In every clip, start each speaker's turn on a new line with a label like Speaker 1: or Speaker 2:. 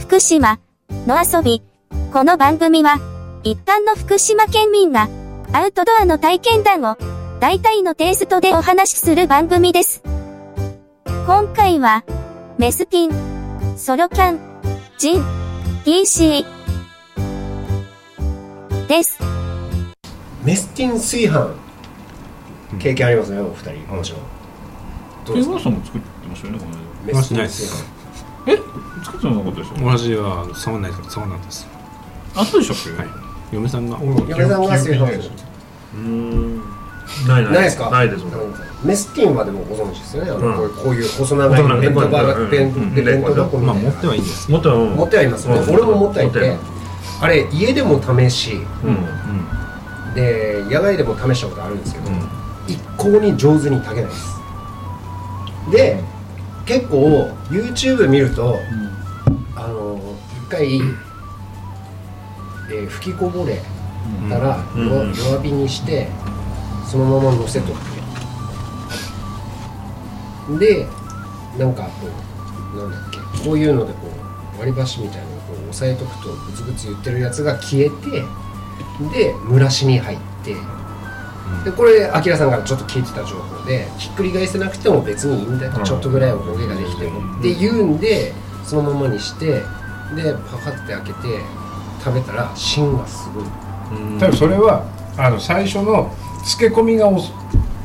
Speaker 1: 福島の遊び。この番組は、一般の福島県民が、アウトドアの体験談を、大体のテイストでお話しする番組です。今回は、メスピン、ソロキャン、ジン、PC、です。
Speaker 2: メスティン炊飯経験ありますね、お二人もちろんどう
Speaker 3: テ
Speaker 2: で
Speaker 3: イ
Speaker 2: す
Speaker 3: ゴ
Speaker 2: か
Speaker 3: ーさんも作ってましたよねこの
Speaker 2: メスティン
Speaker 4: ないっ
Speaker 2: 炊
Speaker 4: す
Speaker 2: 飯
Speaker 3: 間作ってなかったでしょ
Speaker 4: 私はそうなんですそうなんです
Speaker 3: あったでしょっけ、
Speaker 4: はい嫁さんが
Speaker 2: 嫁さんが炊飯
Speaker 5: うーんないない
Speaker 2: ないですか
Speaker 5: ないです
Speaker 2: な
Speaker 5: 俺
Speaker 2: んかメスティンはでもご存知ですよねあの、
Speaker 5: う
Speaker 2: こうい
Speaker 5: ん
Speaker 2: うこういう細長い弁当箱
Speaker 5: うん
Speaker 2: 弁
Speaker 5: うん
Speaker 2: 弁弁当箱み
Speaker 4: まあ
Speaker 2: たい
Speaker 4: 持
Speaker 2: な
Speaker 4: ってはいいんです
Speaker 5: もっと
Speaker 2: 持ってはいますね、俺も持ってはいてあれ家でも試し
Speaker 5: うん
Speaker 2: で野外でも試したことあるんですけど、
Speaker 5: うん
Speaker 2: 一向に上手に炊けないですで結構 YouTube 見ると、あの一回、えー吹きこぼれたら、
Speaker 5: うん
Speaker 2: 弱
Speaker 5: うん
Speaker 2: 弱火にしてそのまま乗せとくでなんかこうなんだっけこういうのでこう割り箸みたいなのをこう押さえとくとグツグツ言ってるやつが消えてで蒸らしに入ってでこれアキラさんからちょっと聞いてた情報でひっくり返せなくても別にいいんだよ、
Speaker 5: うん
Speaker 2: ちょっとぐらいお焦げができても、って言うんでそのままにしてでパカって開けて食べたら芯がすごい
Speaker 5: うん
Speaker 6: 多分それはあの最初の漬け込みが遅い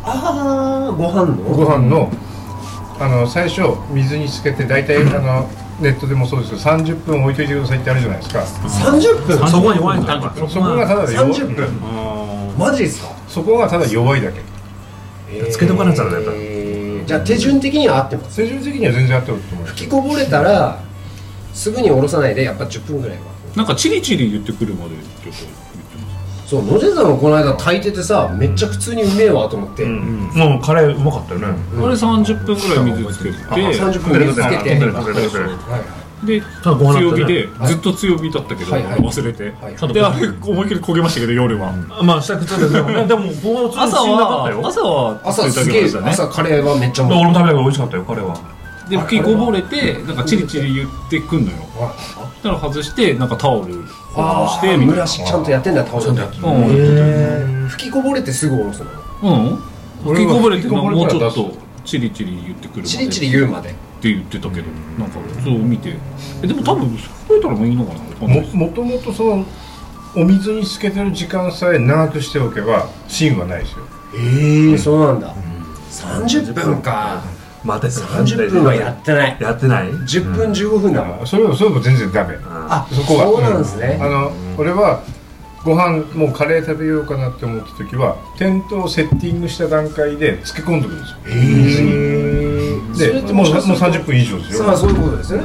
Speaker 2: ああご飯の
Speaker 6: ご飯のあの最初水につけて 大体あのネットでもそうですけど30分置いといてくださいってあるじゃないですか
Speaker 2: 30分
Speaker 5: そこにワインが
Speaker 6: そこがただ弱い
Speaker 5: 30分
Speaker 6: うん
Speaker 2: マジですか
Speaker 6: そこがただ弱いだけ
Speaker 5: つけとかなっちゃうねやっぱ
Speaker 2: えーじゃあ手順的には合ってます
Speaker 6: 手順的には全然合ってると思います
Speaker 2: 吹きこぼれたらすぐにおろさないでやっぱ10分ぐらいは
Speaker 3: なんかチリチリ言ってくるまでちょっと言ってま
Speaker 2: そう野瀬さんもこの間炊いててさめっちゃ普通にうめえわと思って、
Speaker 5: うんもうカレーうまかったよね
Speaker 3: すあれ三十分ぐらい水つけて
Speaker 6: あ
Speaker 2: 30分
Speaker 5: 飛ん
Speaker 2: 水
Speaker 5: でる
Speaker 2: つけて
Speaker 5: 飛んでる飛んでる飛んでる
Speaker 2: はい
Speaker 3: で
Speaker 5: ただご飯だ
Speaker 3: 強
Speaker 5: ったね
Speaker 3: 火で
Speaker 2: はい
Speaker 3: ずっと強火だったけど
Speaker 2: はいはい
Speaker 3: 忘れて
Speaker 2: はい
Speaker 3: であれ思いっきり焦げましたけど夜は
Speaker 5: あまあしたくつですねでもご飯
Speaker 3: 朝
Speaker 5: 朝は
Speaker 3: は朝は
Speaker 2: 朝
Speaker 3: 作
Speaker 2: す
Speaker 3: って
Speaker 2: げ
Speaker 3: い
Speaker 2: え
Speaker 3: ただきましたね
Speaker 2: 朝カレーはめっちゃうまい
Speaker 5: 俺も食べたけど美味しかったよカレーは
Speaker 3: で吹きこぼれてなんかチリチリ言ってくんのよ
Speaker 2: はい
Speaker 3: そしたら外してなんかタオルを
Speaker 2: あ
Speaker 3: して
Speaker 2: あ
Speaker 3: みたい
Speaker 2: 蒸
Speaker 3: な
Speaker 2: らしちゃんとやってんだタオルで
Speaker 3: うん
Speaker 2: 吹きこぼれてすぐおろすの
Speaker 3: うん
Speaker 6: 俺
Speaker 3: 吹き
Speaker 6: は
Speaker 3: こぼれて
Speaker 6: 吹きこぼれ
Speaker 3: もう
Speaker 6: た
Speaker 3: ち
Speaker 6: ら
Speaker 3: ょ
Speaker 6: 出
Speaker 3: っ
Speaker 6: す
Speaker 3: とチリチリ言ってくるまで
Speaker 2: チリチリ言うまで
Speaker 3: って言ってたけど、なんかそう見てえでも多分増えたらもういいのかな
Speaker 6: ももともとそのお水につけてる時間さえ長くしておけば芯はないですよ
Speaker 2: ええそうなんだ30分か
Speaker 5: 待て
Speaker 2: 30分はやってない
Speaker 5: やってない
Speaker 2: 10分15分だもん
Speaker 6: それもそれも全然ダメ
Speaker 2: あ
Speaker 6: そこは
Speaker 2: そうなんですね
Speaker 6: あの俺はご飯もうカレー食べようかなって思った時は店頭をセッティングした段階で漬け込んでくるんですよ
Speaker 2: ええ
Speaker 6: でもうもう30分以上ですよ
Speaker 2: さあそういうことですね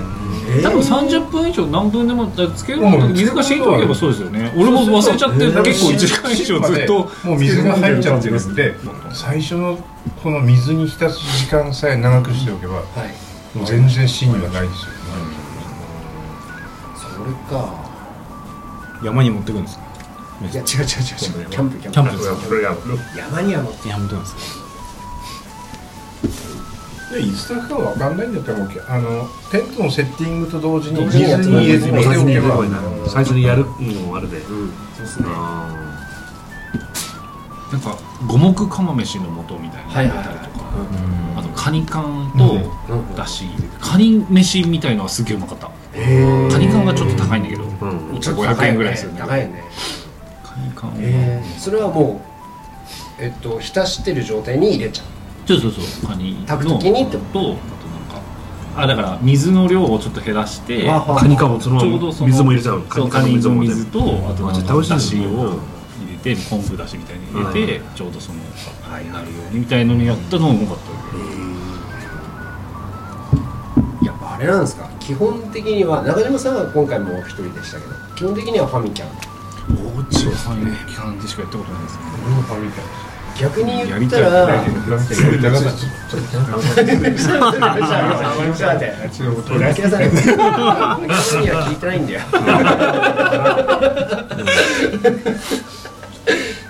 Speaker 3: 多分30分以上何分でもだからつける
Speaker 6: うん
Speaker 3: 水が染みとけばそうですよね俺も忘れちゃって
Speaker 6: そう
Speaker 3: 結構
Speaker 6: そう
Speaker 3: 1時間以上ずっと
Speaker 6: もう水が入っちゃってるんで最初のこの水に浸す時間さえ長くしておけば
Speaker 2: はい
Speaker 6: もう全然芯にはないですよ
Speaker 2: それか
Speaker 4: 山に持ってくんです
Speaker 2: いや違う違う違う違うキャンプキャンプ
Speaker 5: これや
Speaker 2: 山には持って
Speaker 4: いや持ってます
Speaker 6: でいつだかわかんないんだったらもうあのテントのセッティングと同時に
Speaker 2: 同時
Speaker 6: 水
Speaker 2: にやって
Speaker 6: に入れてお
Speaker 2: 水に入れ
Speaker 6: け
Speaker 2: て
Speaker 6: ば
Speaker 5: 最初にやるのもあるで
Speaker 2: そうですね
Speaker 5: あ
Speaker 3: なんか五目釜飯の素みたいなの入れたりとか、あとカニ缶
Speaker 2: うん
Speaker 3: とだし、カニ飯みたいのはすげえうまかった、
Speaker 2: え
Speaker 3: カニ缶がちょっと高いんだけど、
Speaker 5: ーうん
Speaker 3: 一応500円ぐらいですよね
Speaker 2: 高いね
Speaker 3: カニ缶は、
Speaker 2: ええそれはもうえっと浸してる状態に入れちゃう
Speaker 3: そうそうそうカニの
Speaker 2: 炊く時にってこと
Speaker 3: あとなんかあだから水の量をちょっと減らして
Speaker 2: あはあ
Speaker 5: カニかもその
Speaker 3: ちょうどその
Speaker 5: 水も入れちゃう
Speaker 3: そ
Speaker 5: カ
Speaker 3: う
Speaker 5: ニ
Speaker 3: カ
Speaker 5: かも
Speaker 3: ニ
Speaker 5: 水
Speaker 3: の
Speaker 5: も
Speaker 3: 水とあと
Speaker 5: あ
Speaker 3: なん
Speaker 5: 絶
Speaker 3: か
Speaker 5: 対美味しい
Speaker 3: だ
Speaker 5: です
Speaker 3: し
Speaker 5: ね
Speaker 3: を入れて昆布だしみたいに入れて、ちょうどそのあれになるようにみたいのにやったのもうまかったよ
Speaker 2: やっぱあれなんですか基本的には中島さんは今回もお一人でしたけど基本的にはファミキャン
Speaker 3: おうちはファミキャンでしかやったことないですね
Speaker 2: 逆に
Speaker 3: や
Speaker 2: 言
Speaker 3: り
Speaker 2: った
Speaker 3: い
Speaker 2: たら
Speaker 6: だから
Speaker 2: ちょっと待ってラキラさん、興味は聞いてないんだよ。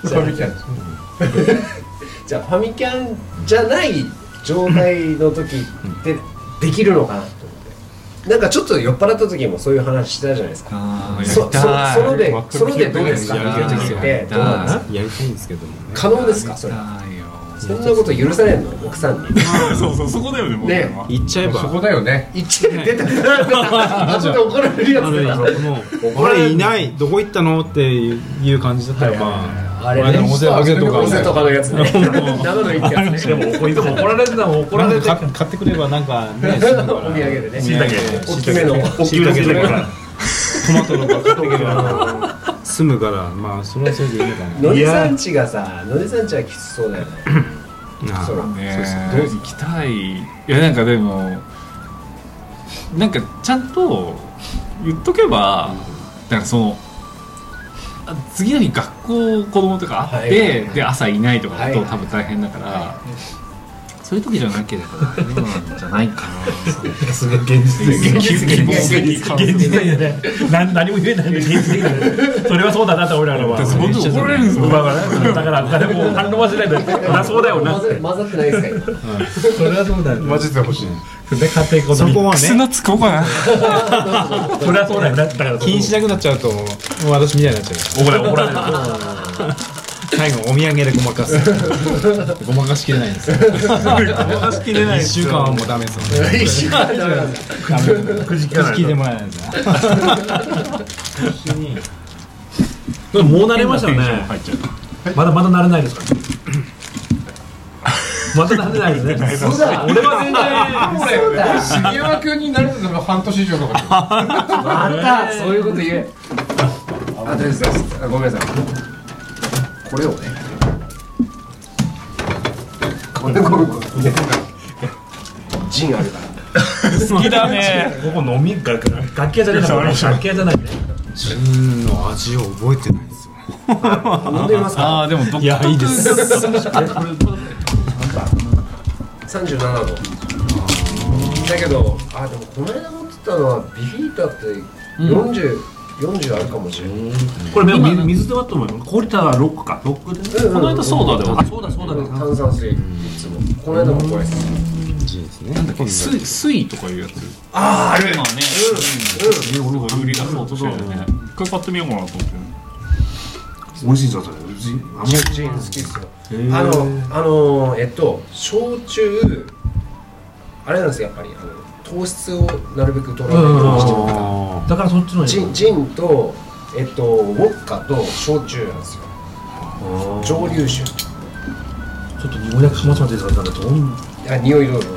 Speaker 6: そうみたいな
Speaker 2: じゃあ、ファミキャンじゃない状態の時ってできるのかなと思って。なんかちょっと酔っ払った時もそういう話してたじゃないですか
Speaker 3: あ
Speaker 2: そそソロでソロでどうですか
Speaker 4: や
Speaker 2: っていう時ってどうなんですか
Speaker 4: やりたいんですけどもね
Speaker 2: 可能ですかそれそんなこと許されんの奥さんに
Speaker 3: そうそうそこだよねもう
Speaker 2: ね
Speaker 4: 行っちゃえば
Speaker 6: そこだよね
Speaker 2: 一年 出た出たあちょっと怒られるや
Speaker 4: あ
Speaker 2: つだな
Speaker 4: のもうあれいないどこ行ったのっていう感じだったらまあ
Speaker 2: あれね
Speaker 4: この間のお世話あげるとか
Speaker 2: お世話とかのや つね 長野行ったやつね
Speaker 5: いつも怒られてたもん怒ら
Speaker 4: なん
Speaker 5: れて
Speaker 4: か買買ってくればなんか ね
Speaker 2: お土産でね大きめの
Speaker 5: お給料だから
Speaker 4: トマトとか買ってくれば済むからまあそれはそれでいいのか
Speaker 2: 野根さんちがさ野根さんちはきつそうだよね
Speaker 4: な
Speaker 2: そら
Speaker 4: あ
Speaker 3: ね
Speaker 4: そうそう
Speaker 3: え行きたいいやなんかでもなんかちゃんと言っとけば、なんかそのあ次の日学校子供とかあっ
Speaker 2: は
Speaker 3: て、
Speaker 2: いはいはい
Speaker 3: で朝いないとかだ
Speaker 2: は
Speaker 3: と
Speaker 2: いはい
Speaker 3: 多分大変だから、そういう時じゃなければ大丈夫なんじゃないかなすご い現実
Speaker 2: 的
Speaker 3: 希望的
Speaker 5: 現実的だね何何も言えないんで現実的だねそれはそうだなって俺らは
Speaker 3: 私本当に怒られるんですよ
Speaker 5: だからねだから誰も反論はしないであそうだよな
Speaker 2: 混ざ混ざってないですか今
Speaker 5: それはそうだよ
Speaker 6: 混ぜてほしい
Speaker 5: で家庭
Speaker 4: そこは
Speaker 3: クス
Speaker 4: ね
Speaker 3: ナつこうかな
Speaker 5: それはそうだよなだから
Speaker 4: 気にしなくなっちゃうともう私みたいになっちゃう
Speaker 5: 怒られ怒られる
Speaker 4: 最後お土産でごまかす ごまかしきれないんですよ
Speaker 5: 話聞いてない
Speaker 4: 1週間はもうダメですよね
Speaker 2: 一週間だから
Speaker 4: ダメ
Speaker 5: くじかない
Speaker 4: 聞いてもらえないですね
Speaker 5: もう慣れましたよねまだまだ慣れないですかまだ慣れないですね
Speaker 2: そうだ
Speaker 5: 俺は全然
Speaker 2: そうだ
Speaker 6: 杉山君になれたのが半年以上とか
Speaker 2: またそういうこと言えあ大丈夫ですあごめんなさいこれをねこれこれこれジンあるから
Speaker 5: 好きだねここ飲みが楽器屋じゃない楽器屋じゃないね
Speaker 4: 自分の味を覚えてないんですよ
Speaker 2: 飲んでみますか
Speaker 3: ああでもどっ
Speaker 4: いやいいです
Speaker 2: 37度だけどあでもこの間持ってたのはビフィータって40、40あるかもしれない、
Speaker 5: これ水水で割ったもん氷たロックかロックで
Speaker 2: うんうん
Speaker 3: この間ソーダで
Speaker 5: あ
Speaker 3: 割っ
Speaker 5: そうだそうだ
Speaker 2: うん炭酸水いつもこの間もこれです
Speaker 3: なんだっけ水水とかいうやつああある今ねうんうん売り出そうとしてるよね一回買ってみようかなと思って
Speaker 5: 美味しいぞそれうちあんまり
Speaker 2: ジン好きっすよあのあのえっと焼酎あれなんですよやっぱりあの糖質をなるべく取らないようにしてます
Speaker 5: だからそっちの
Speaker 2: ジンジンとえっとウォッカと焼酎なんですよ蒸留酒
Speaker 5: ちょっと日本薬かましまっていいですかなんかどん
Speaker 2: あ匂いどうぞ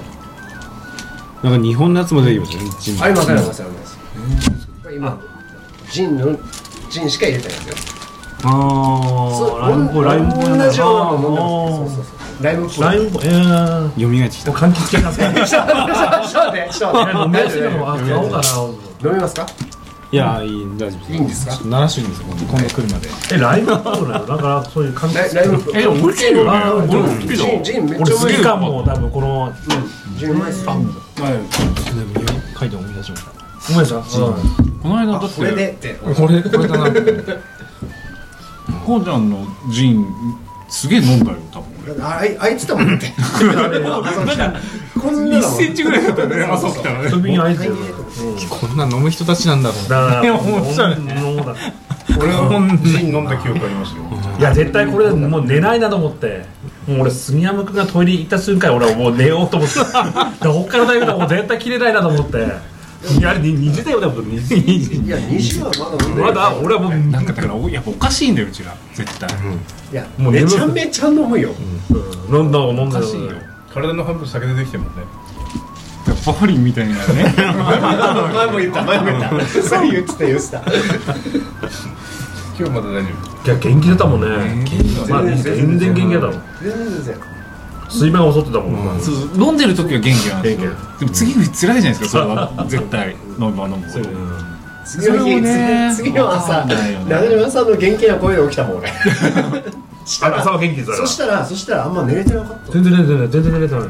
Speaker 4: なんか日本のやつも出てきますねジン
Speaker 2: ありますありますあります今ジンのジンしか入れてないんですよそう
Speaker 5: ああライム
Speaker 2: 同
Speaker 5: ライム
Speaker 2: じ同じようなものなんですよそうそうそうライムっぽい
Speaker 5: ライムええも
Speaker 4: 蘇ってき
Speaker 5: う
Speaker 4: た
Speaker 5: 柑橘 系なんです
Speaker 2: ち
Speaker 5: か
Speaker 2: ょっと待ってちょっと待って
Speaker 5: 飲みやすいのあ買おうかな
Speaker 2: 飲みますか
Speaker 4: いやいい大丈夫
Speaker 2: いいんですか
Speaker 4: 鳴らしてるんですよ今度来るまで
Speaker 5: えライムそうだよだからそういう柑
Speaker 2: ライ
Speaker 5: 橘
Speaker 2: ライムっぽい
Speaker 3: え俺好きだ
Speaker 5: あ
Speaker 3: よね
Speaker 5: 俺も
Speaker 3: 好きだ
Speaker 2: ジンジンめっち
Speaker 5: 俺
Speaker 2: ゃうま
Speaker 5: 好
Speaker 2: い
Speaker 5: きかも多分この
Speaker 2: ジンうまいっすよ
Speaker 4: 書いて思い出しました
Speaker 5: ごめんなさい
Speaker 3: この間だっ
Speaker 2: これ
Speaker 3: て
Speaker 2: でって
Speaker 4: これこれだな
Speaker 3: こうちゃんのジンすげえ飲んだよ多分
Speaker 2: ああいあいつだもんだ ってこんな
Speaker 3: 1
Speaker 2: の
Speaker 3: センチぐらいだったね朝起きたらね
Speaker 5: 遊びに会えてる
Speaker 4: こんな飲む人たちなんだろう
Speaker 5: だから
Speaker 4: や面白い
Speaker 5: もうだ
Speaker 6: 俺はジン飲んだ記憶ありますよ
Speaker 5: いや絶対これもう寝ないなと思ってもう俺杉山君がトイレ行った瞬間俺はもう寝ようと思 ってだから他の大学でもう絶対切れないなと思っていやに2時だよでも2時
Speaker 2: いや西はまだ飲んでる
Speaker 5: まだ俺はもう
Speaker 3: なんかだからおやっぱおかしいんだようちら絶対
Speaker 2: いや
Speaker 5: もう
Speaker 2: め
Speaker 5: 眠い
Speaker 2: ちゃめちゃ飲む よ
Speaker 5: 飲んだ飲ん
Speaker 3: お
Speaker 5: だ
Speaker 3: かしいよ
Speaker 5: よ
Speaker 6: 体の半分酒でできてるもんね
Speaker 3: だからバリンみたいなね
Speaker 2: 前も言った前も言ったそう言ってた言ってた
Speaker 6: 今日まだ大丈
Speaker 5: いや元気出たもんねまあ全然元気だもん
Speaker 2: 全然全然
Speaker 5: 睡眠が襲ってたもん、
Speaker 3: そうそう飲んでる時は元気なんですよ
Speaker 5: 元
Speaker 3: でも次の日辛いじゃないですかそれは絶対飲めば飲むほど
Speaker 2: 次の日、
Speaker 3: それもね
Speaker 2: 次次の
Speaker 3: わ
Speaker 2: 朝
Speaker 3: かんないよね
Speaker 2: 中島さんの元気な声で起きたもん俺
Speaker 5: あら朝は元気だ
Speaker 2: そしたらそしたらあんま寝れてなかった
Speaker 5: 全然寝てない全然寝れてない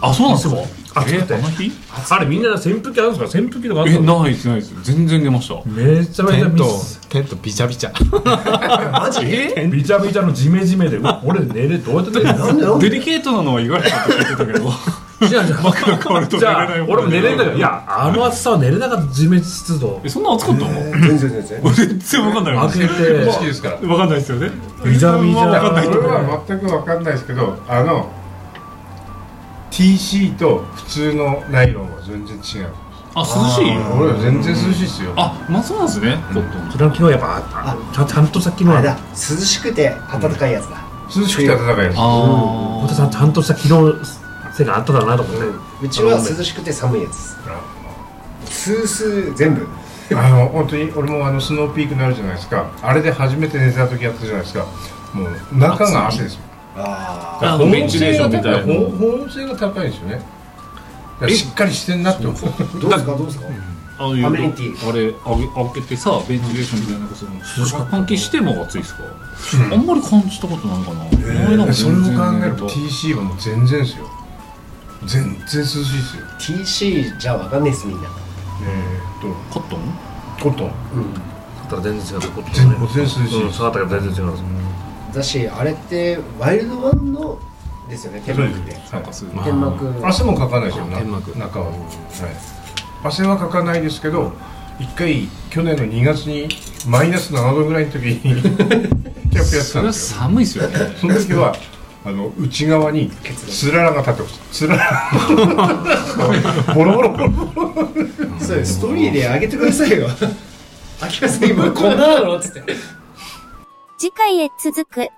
Speaker 3: あそうなんですか
Speaker 5: 暑
Speaker 3: え
Speaker 5: くて
Speaker 3: あの日
Speaker 5: あれみんな扇風機あるんですか扇風機とかあっ
Speaker 3: え
Speaker 5: たの
Speaker 3: ないですないです全然出ました
Speaker 5: めちゃめち
Speaker 4: テ
Speaker 5: ゃ
Speaker 4: ン
Speaker 5: ミ
Speaker 4: ト
Speaker 5: ス
Speaker 4: テントビチャビチャ
Speaker 2: マジ
Speaker 5: びちゃびちゃのジメジメでうわ俺寝れどうやって寝れるの
Speaker 2: なんでなん
Speaker 3: デ
Speaker 2: で
Speaker 3: リケートなのは言われたって言ってたけど
Speaker 5: じゃあじゃあ
Speaker 3: 枕変わると寝
Speaker 5: じ
Speaker 3: れ
Speaker 5: ゃ
Speaker 3: ない
Speaker 5: あ俺も寝れんだけどいやあの暑さは寝れなかった地面湿度
Speaker 3: えそんな暑かったの、
Speaker 2: 全然全然
Speaker 3: 全然わかんないわ
Speaker 5: 開けて
Speaker 6: 好きですから
Speaker 3: わかんないですよね
Speaker 5: ビザビザ
Speaker 3: わかんない
Speaker 6: 俺は全く分かんないですけどあの TC と普通のナイロンは全然違う
Speaker 3: あ涼しい
Speaker 6: 俺は全然涼しいですよ
Speaker 3: あまあそうなんですねコットン
Speaker 5: それは昨日やっぱあちゃんちゃんとさっきの
Speaker 7: あ
Speaker 5: は
Speaker 7: れだ涼しくて暖かいやつだ、
Speaker 6: 涼しくて暖かいやつ
Speaker 3: あ
Speaker 5: 太田さんちゃんとした昨日せがあっただなと思って、
Speaker 2: うちは涼しくて寒いやつスースー全部
Speaker 6: あの本当に俺もあのスノーピークになるじゃないですかあれで初めて寝た時やったじゃないですかもう中が汗ですよ
Speaker 7: あ
Speaker 3: あベンチレーションみたいな
Speaker 6: 保保温性が高いですよねだからしっかりしてんなって思う
Speaker 2: どうですかどうですか
Speaker 3: あいう
Speaker 2: アメニティ
Speaker 3: あれあげ開けてさベンチレーションみたいなのがその換気しても暑いですか、あんまり感じたことないかな、俺なんか
Speaker 6: それを
Speaker 3: 全
Speaker 6: 考
Speaker 3: 然
Speaker 6: えると
Speaker 3: ない
Speaker 6: TC はもう全然ですよ全然涼しいですよ
Speaker 2: TC じゃわかんないですみんな
Speaker 6: えー、っ
Speaker 3: コットン
Speaker 6: とコットン
Speaker 5: だったら全然違うこと
Speaker 6: 全然涼しいし、
Speaker 5: うん、下がったから全然違う
Speaker 2: だしあれってワイルドワンのですよね天幕って
Speaker 6: はい
Speaker 3: かする
Speaker 2: 天幕
Speaker 6: 汗もかかないですよな
Speaker 4: 天幕
Speaker 6: 中は、はい、汗はかかないですけど一回去年の2月にマイナス7度ぐらいの時 にキャップやって
Speaker 3: そ
Speaker 6: たん
Speaker 3: れ
Speaker 6: で
Speaker 3: は
Speaker 6: すよ
Speaker 3: 寒いですよね
Speaker 6: その時はあの内側につららが立ってましたつららボロボロボロボロ
Speaker 7: そうですストーリーで上げてくださいよ秋葉さん今こんなのっつって
Speaker 1: 次回へ続く。